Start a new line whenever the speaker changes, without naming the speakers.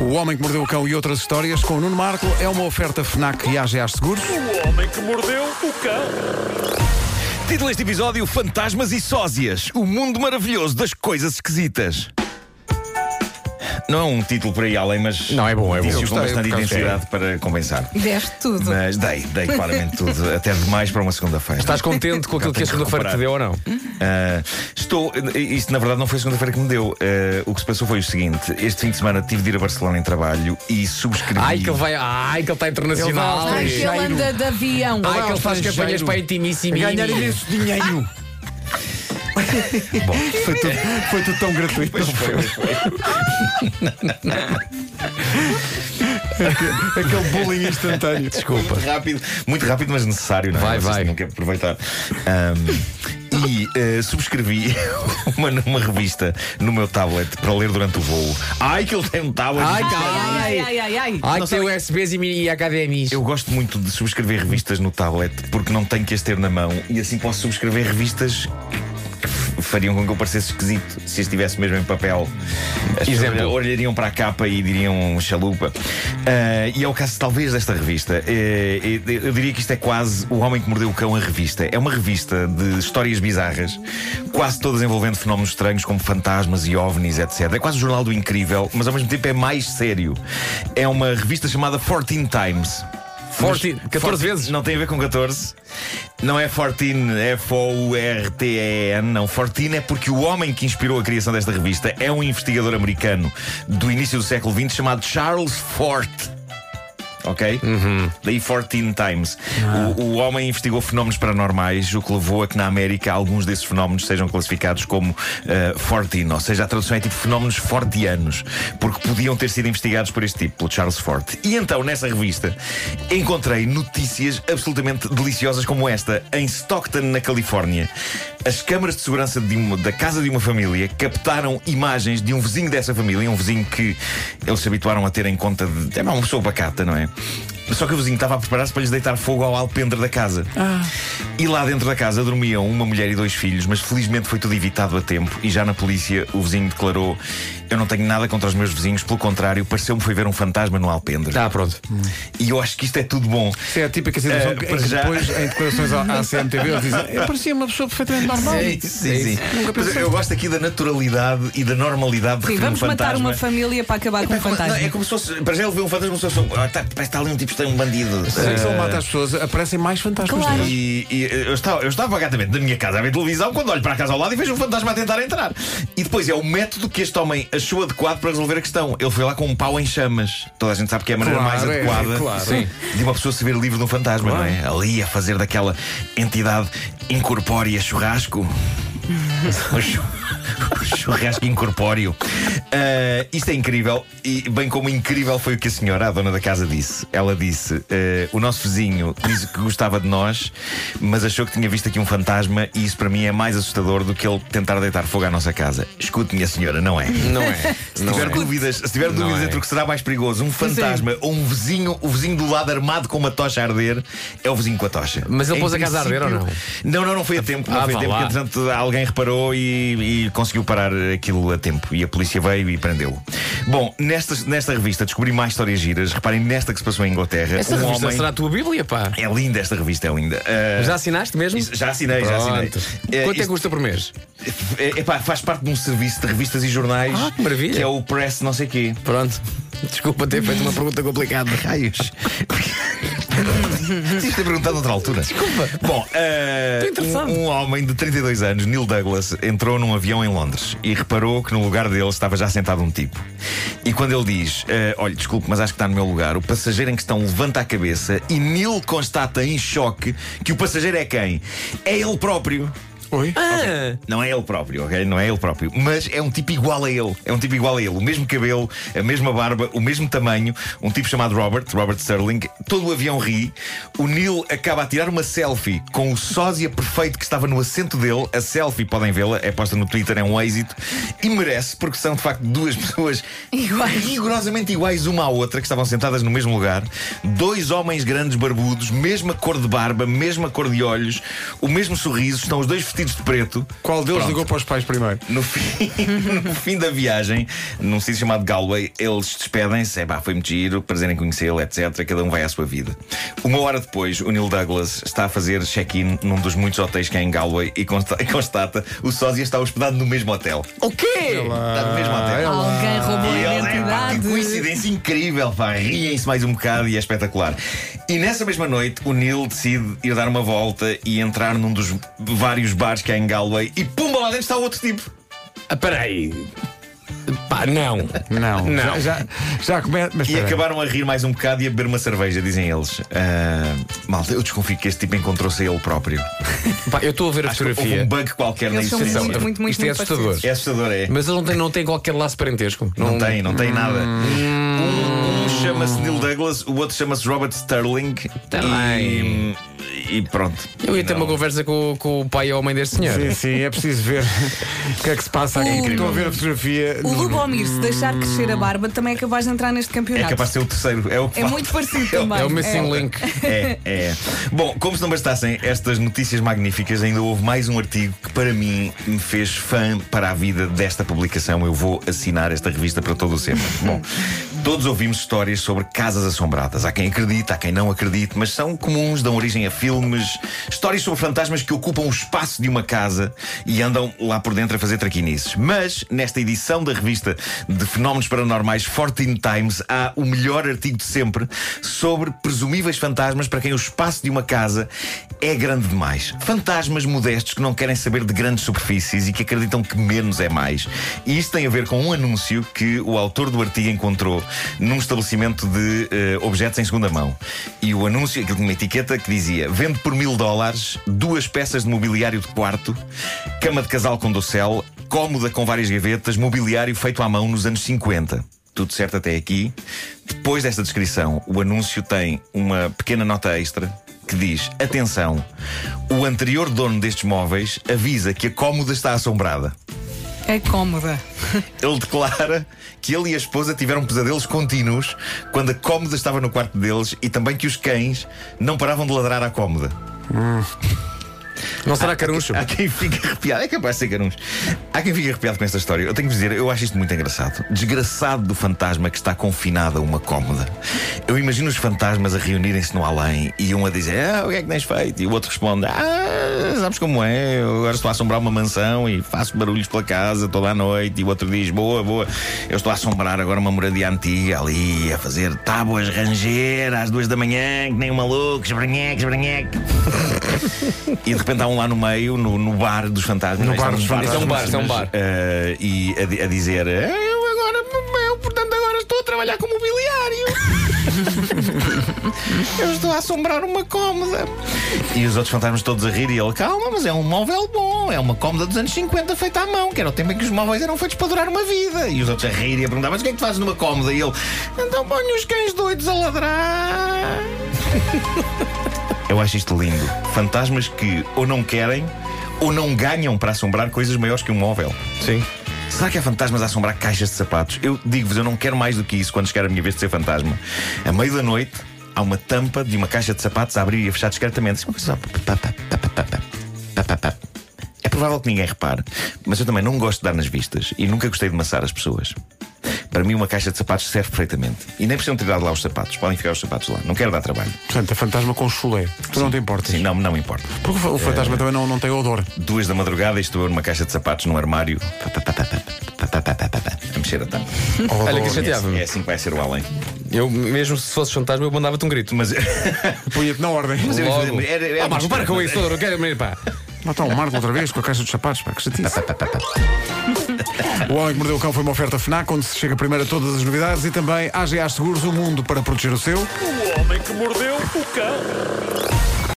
O Homem que Mordeu o Cão e outras histórias com o Nuno Marco é uma oferta FNAC e AGA Seguros.
O homem que mordeu o cão.
Título deste episódio: Fantasmas e Sósias O mundo maravilhoso das coisas esquisitas. Não é um título por aí além, mas.
Não, é bom, é bom.
indícios com
Eu gostei,
bastante
por acaso,
intensidade para compensar.
Deste tudo.
Mas dei, dei claramente tudo, até demais para uma segunda-feira.
Estás contente com aquilo que
tenho
a
que
segunda-feira te deu ou não?
Ah, estou. Isto na verdade não foi a segunda-feira que me deu. Ah, o que se passou foi o seguinte: este fim de semana tive de ir a Barcelona em trabalho e subscrevi.
Ai, que ele vai. Ai, que ele está internacional.
Ai, que ele anda de avião.
Ai,
Olá,
que ele faz
estrangeiro.
campanhas para intimíssimo.
Ganhar imenso dinheiro.
Bom,
Foi tudo, foi tudo tão gratuito.
pois foi, pois foi.
Aquele bullying instantâneo. Desculpa.
Muito rápido, muito rápido, mas necessário, não é?
Vai,
Vocês
vai.
tinham que aproveitar. Ahm, e eh, subscrevi uma, uma revista no meu tablet para ler durante o voo. Ai, que ele tem um tablet!
Ai,
Ai,
que-
ai, ai, ai, ai.
Ai, que tem USBs e mini HDMIs.
Eu gosto muito de subscrever revistas no tablet porque não tenho que as ter na mão e assim posso subscrever revistas que f- fariam com que eu parecesse esquisito se estivesse mesmo em papel. As pessoas
Exemplo.
olhariam para a capa e diriam chalupa. Ah, e é o caso, talvez, desta revista. Eh, eh, eu diria que isto é quase O Homem que Mordeu o Cão, a revista. É uma revista de histórias bizarras, quase todas envolvendo fenómenos estranhos como fantasmas e ovnis, etc. É quase o jornal do incrível, mas ao mesmo tempo é mais sério. É uma revista chamada 14 Times.
14,
Mas
14 vezes?
Não tem a ver com 14. Não é 14, F-O-U-R-T-E-N, não. 14 é porque o homem que inspirou a criação desta revista é um investigador americano do início do século XX chamado Charles Fort. Ok? Daí 14 Times. O, o homem investigou fenómenos paranormais, o que levou a que na América alguns desses fenómenos sejam classificados como eh, 14, ou seja, a tradução é tipo fenómenos fortianos, porque podiam ter sido investigados por este tipo, pelo Charles Fort. E então, nessa revista, encontrei notícias absolutamente deliciosas como esta. Em Stockton, na Califórnia, as câmaras de segurança de uma- da casa de uma família captaram imagens de um vizinho dessa família, um vizinho que eles se habituaram a ter em conta de. É pá, uma pessoa pacata, não é? Só que o vizinho estava a preparar-se para lhes deitar fogo ao alpendre da casa.
Ah.
E lá dentro da casa dormiam uma mulher e dois filhos, mas felizmente foi tudo evitado a tempo. E já na polícia o vizinho declarou: Eu não tenho nada contra os meus vizinhos, pelo contrário, pareceu-me foi ver um fantasma no alpendre.
Tá, pronto.
E eu acho que isto é tudo bom.
Isso é a típica situação
Eh,
que, em
para
que
já.
depois, em declarações à, à CMTV, eles dizem: Eu parecia uma pessoa perfeitamente normal.
Sim, sim, sim.
é Nunca
Mas
pensei.
eu gosto aqui da naturalidade e da normalidade de
Sim,
referir
vamos
um
matar
fantasma.
uma família para acabar com o
Não,
fantasma.
é como se fosse. Para já ele vê um fantasma como se fosse. Ah, tá, parece que está ali um tipo, tem um bandido.
Se se ele mata as pessoas, aparecem mais fantasmas.
Claro.
E, e eh, eu, estava, eu estava vagamente na minha casa a ver televisão quando olho para a casa ao lado e vejo um fantasma a tentar entrar. E depois é o método que este homem achou adequado para resolver a questão. Ele foi lá com um pau em chamas. Toda a gente sabe que é a maneira
Claro,
mais
é,
adequada
claro. Sim.
de uma pessoa se ver livre de um fantasma, não é? Ali a fazer daquela entidade incorpórea churrasco. O chu- o Churrasco incorpóreo. Ah, isto é incrível, e bem como incrível foi o que a senhora, a dona da casa, disse. Ela disse: eh, O nosso vizinho diz que gostava de nós, mas achou que tinha visto aqui um fantasma, e isso para mim é mais assustador do que ele tentar deitar fogo à nossa casa. Escute, minha senhora, não é?
Não é.
Se
Não
tiver
é.
dúvidas, se tiver dúvidas
é.
entre o que será mais perigoso, um fantasma ou um vizinho, o vizinho do lado armado com uma tocha a arder, é o vizinho com a tocha.
Mas ele
Em
pôs a casa a arder ou não?
Não, não, não foi a tempo. Não
Ah,
foi a
vá
tempo,
lá.
que, entretanto, alguém reparou e, e conseguiu parar aquilo a tempo. E a polícia veio e prendeu. Bom, nesta, nesta revista descobri mais histórias giras. Reparem nesta que se passou em Inglaterra.
Essa
um
revista
homem...
será a tua Bíblia, pá.
É linda esta revista, é linda. Ah,
Já assinaste mesmo?
isso- já assinei, já assinei.
Pronto.
Eh,
Quanto é que
isto-
custa por mês?
eh, epá, faz parte de um serviço de revistas e jornais
Ah, que maravilha.
que é o Press não sei quê.
Pronto. Desculpa ter feito uma pergunta complicada.
Raios. Tinhas de ter perguntado noutra altura. Desculpa. Bom, eh,
Estou interessado.
um, um homem de 32 anos, Neil Douglas, entrou num avião em Londres e reparou que no lugar dele estava já sentado um tipo. E quando ele diz: eh, Olha, desculpe, mas acho que está no meu lugar, o passageiro em questão levanta a cabeça e Neil constata em choque que o passageiro é quem? É ele próprio.
Oi?
Ah,
Não é ele próprio, ok? Não é ele próprio. Mas é um tipo igual a ele. É um tipo igual a ele. O mesmo cabelo, a mesma barba, o mesmo tamanho. Um tipo chamado Robert, Robert Sterling. Todo o avião ri. O Neil acaba a tirar uma selfie com o sósia perfeito que estava no assento dele. A selfie, podem vê-la, é posta no Twitter, é um êxito. E merece, porque são de facto duas pessoas
Iguais.
rigorosamente iguais uma à outra, que estavam sentadas no mesmo lugar. Dois homens grandes barbudos, mesma cor de barba, mesma cor de olhos, o mesmo sorriso, estão os dois vestidos vestidos de preto.
Qual deles
Pronto.
ligou para os pais primeiro?
No fim, no fim da viagem, num sítio chamado Galway, eles despedem-se. É pá, foi muito giro, prazer em conhecê-lo, etc. Cada um vai à sua vida. Uma hora depois, o Neil Douglas está a fazer check-in num dos muitos hotéis que há em Galway e consta- constata o sósia está hospedado no mesmo hotel.
O quê?
Está no mesmo hotel.
Alguém
Ah,
roubou
E
a
eles, é, pá, que
identidade.
coincidência incrível, pá. Riem-se mais um bocado e é espetacular. E nessa mesma noite, o Neil decide ir dar uma volta e entrar num dos vários bares que há em Galway e pumba lá dentro está outro tipo.
Ah, peraí. Pá, não.
Não.
Não.
Já, já, já começa. Mas
E
espera aí.
acabaram a rir mais um bocado e a beber uma cerveja, dizem eles. Ah, malta, eu desconfio que este tipo encontrou-se a ele próprio.
Pá, eu estou a ver a
Acho que houve
fotografia.
um bug qualquer na
Eles são
existência.
muito, muito, muito,
Isto é
muito
assustador.
parecidos.
É assustador, é.
Mas ele não tem, não tem qualquer laço parentesco.
Não tem, não tem nada. Um, um chama-se Neil Douglas, o outro chama-se Robert Sterling.
Tá
e,
bem.
e pronto. É
Eu ia ter
Não.
uma conversa com, com o pai ou a mãe deste senhor.
Sim, sim, é preciso ver o que é que se passa aqui.
O-
Estou a ver a fotografia.
O
Não-
Lubomir, se deixar crescer a barba, também é capaz de entrar neste
É
campeonato.
capaz de ser o terceiro. É, o que
É
falta.
muito parecido também.
É o missing link.
É, é. Bom, como se não bastassem estas notícias magníficas, ainda houve mais um artigo que para mim me fez fã para a vida desta publicação. Eu vou assinar esta revista para todo o sempre. Bom, todos ouvimos histórias sobre casas assombradas. Há quem acredite, há quem não acredite, mas são comuns, dão origem a filmes, histórias sobre fantasmas que ocupam o espaço de uma casa e andam lá por dentro a fazer traquinices. Mas, nesta edição da revista de fenómenos paranormais 14 Times, há o melhor artigo de sempre sobre presumíveis fantasmas para quem o espaço de uma casa é grande demais. Fantasmas modestos que não querem saber de grandes superfícies e que acreditam que menos é mais. E isto tem a ver com um anúncio que o autor do artigo encontrou num estabelecimento de eh, objetos em segunda mão. E o anúncio, aquilo tinha uma etiqueta que dizia: vende por mil dólares duas peças de mobiliário de quarto, cama de casal com docel, cómoda com várias gavetas, mobiliário feito à mão nos anos 50. Tudo certo até aqui. Depois desta descrição, o anúncio tem uma pequena nota extra que diz: Atenção, o anterior dono destes móveis avisa que a cómoda está assombrada.
É cómoda.
Ele declara que ele e a esposa tiveram pesadelos contínuos quando a cómoda estava no quarto deles e também que os cães não paravam de ladrar à cómoda.
Não será caruncho?
Há quem fique arrepiado. É capaz de ser caruns. Há quem fique arrepiado com esta história. Eu tenho que vos dizer, eu acho isto muito engraçado. Desgraçado do fantasma que está confinado a uma cómoda. Eu imagino os fantasmas a reunirem-se no além e um a dizer, ah, o que é que tens feito? E o outro responde, ah, sabes como é? Eu agora estou a assombrar uma mansão e faço barulhos pela casa toda a noite. E o outro diz, boa, boa. Eu estou a assombrar agora uma moradia antiga ali, a fazer tábuas ranger às duas da manhã, que nem um maluco, esbranheque, esbranheque. E de repente há um lá no meio, no, no bar dos fantasmas.
No
Está
bar dos fantasmas.
Isso é um bar, isso é um bar.
Eh, e a, di- a dizer: "Eh, Eu agora, eu, portanto, agora estou a trabalhar com mobiliário. eu estou a assombrar uma cómoda. E os outros fantasmas todos a rir. E ele: Calma, mas é um móvel bom. É uma cómoda dos anos 50 feita à mão, que era o tempo em que os móveis eram feitos para durar uma vida. E os outros a rir e a perguntar: Mas o que é que tu fazes numa cómoda? E ele: Então ponho os cães doidos a ladrar. Eu acho isto lindo. Fantasmas que ou não querem ou não ganham para assombrar coisas maiores que um móvel.
Sim.
Será que há fantasmas a assombrar caixas de sapatos? Eu digo-vos, eu não quero mais do que isso quando chegar a minha vez de ser fantasma. A meio da noite, há uma tampa de uma caixa de sapatos a abrir e a fechar discretamente. Assim, uma coisa só. pá, pá, pá, pá, pá, pá, pá, pá, pá. É provável que ninguém repare, mas eu também não gosto de dar nas vistas e nunca gostei de maçar as pessoas. Para mim, uma caixa de sapatos serve perfeitamente. E nem precisam tirar de lá os sapatos, podem ficar os sapatos lá. Não quero dar trabalho.
Portanto, a fantasma com chulé. Tu não te importas.
Sim, não, não me importa.
Porque o fa- o fantasma também não, não tem odor.
Duas da madrugada e estou eu numa caixa de sapatos num armário. Pá, pá, pá, pá, pá, pá, pá, pá, pá, pá, pá, A mexer a tampa.
Olha que
Odor.
chateava-me.
É assim que vai ser o além.
Eu, mesmo se fosse fantasma, eu mandava-te um grito.
Mas.
Punha-te na ordem.
Mas eu ia
Logo.
fazer- era- era-
Ah, Marco, para com isso, eu quero ir, pá.
Lá está o Marco outra vez com a caixa dos sapatos. Pá, que chatice. o Homem que Mordeu o Cão foi uma oferta FNAC, onde se chega primeiro a todas as novidades e também AGA Seguros, o mundo para proteger o seu.
O homem que mordeu o cão.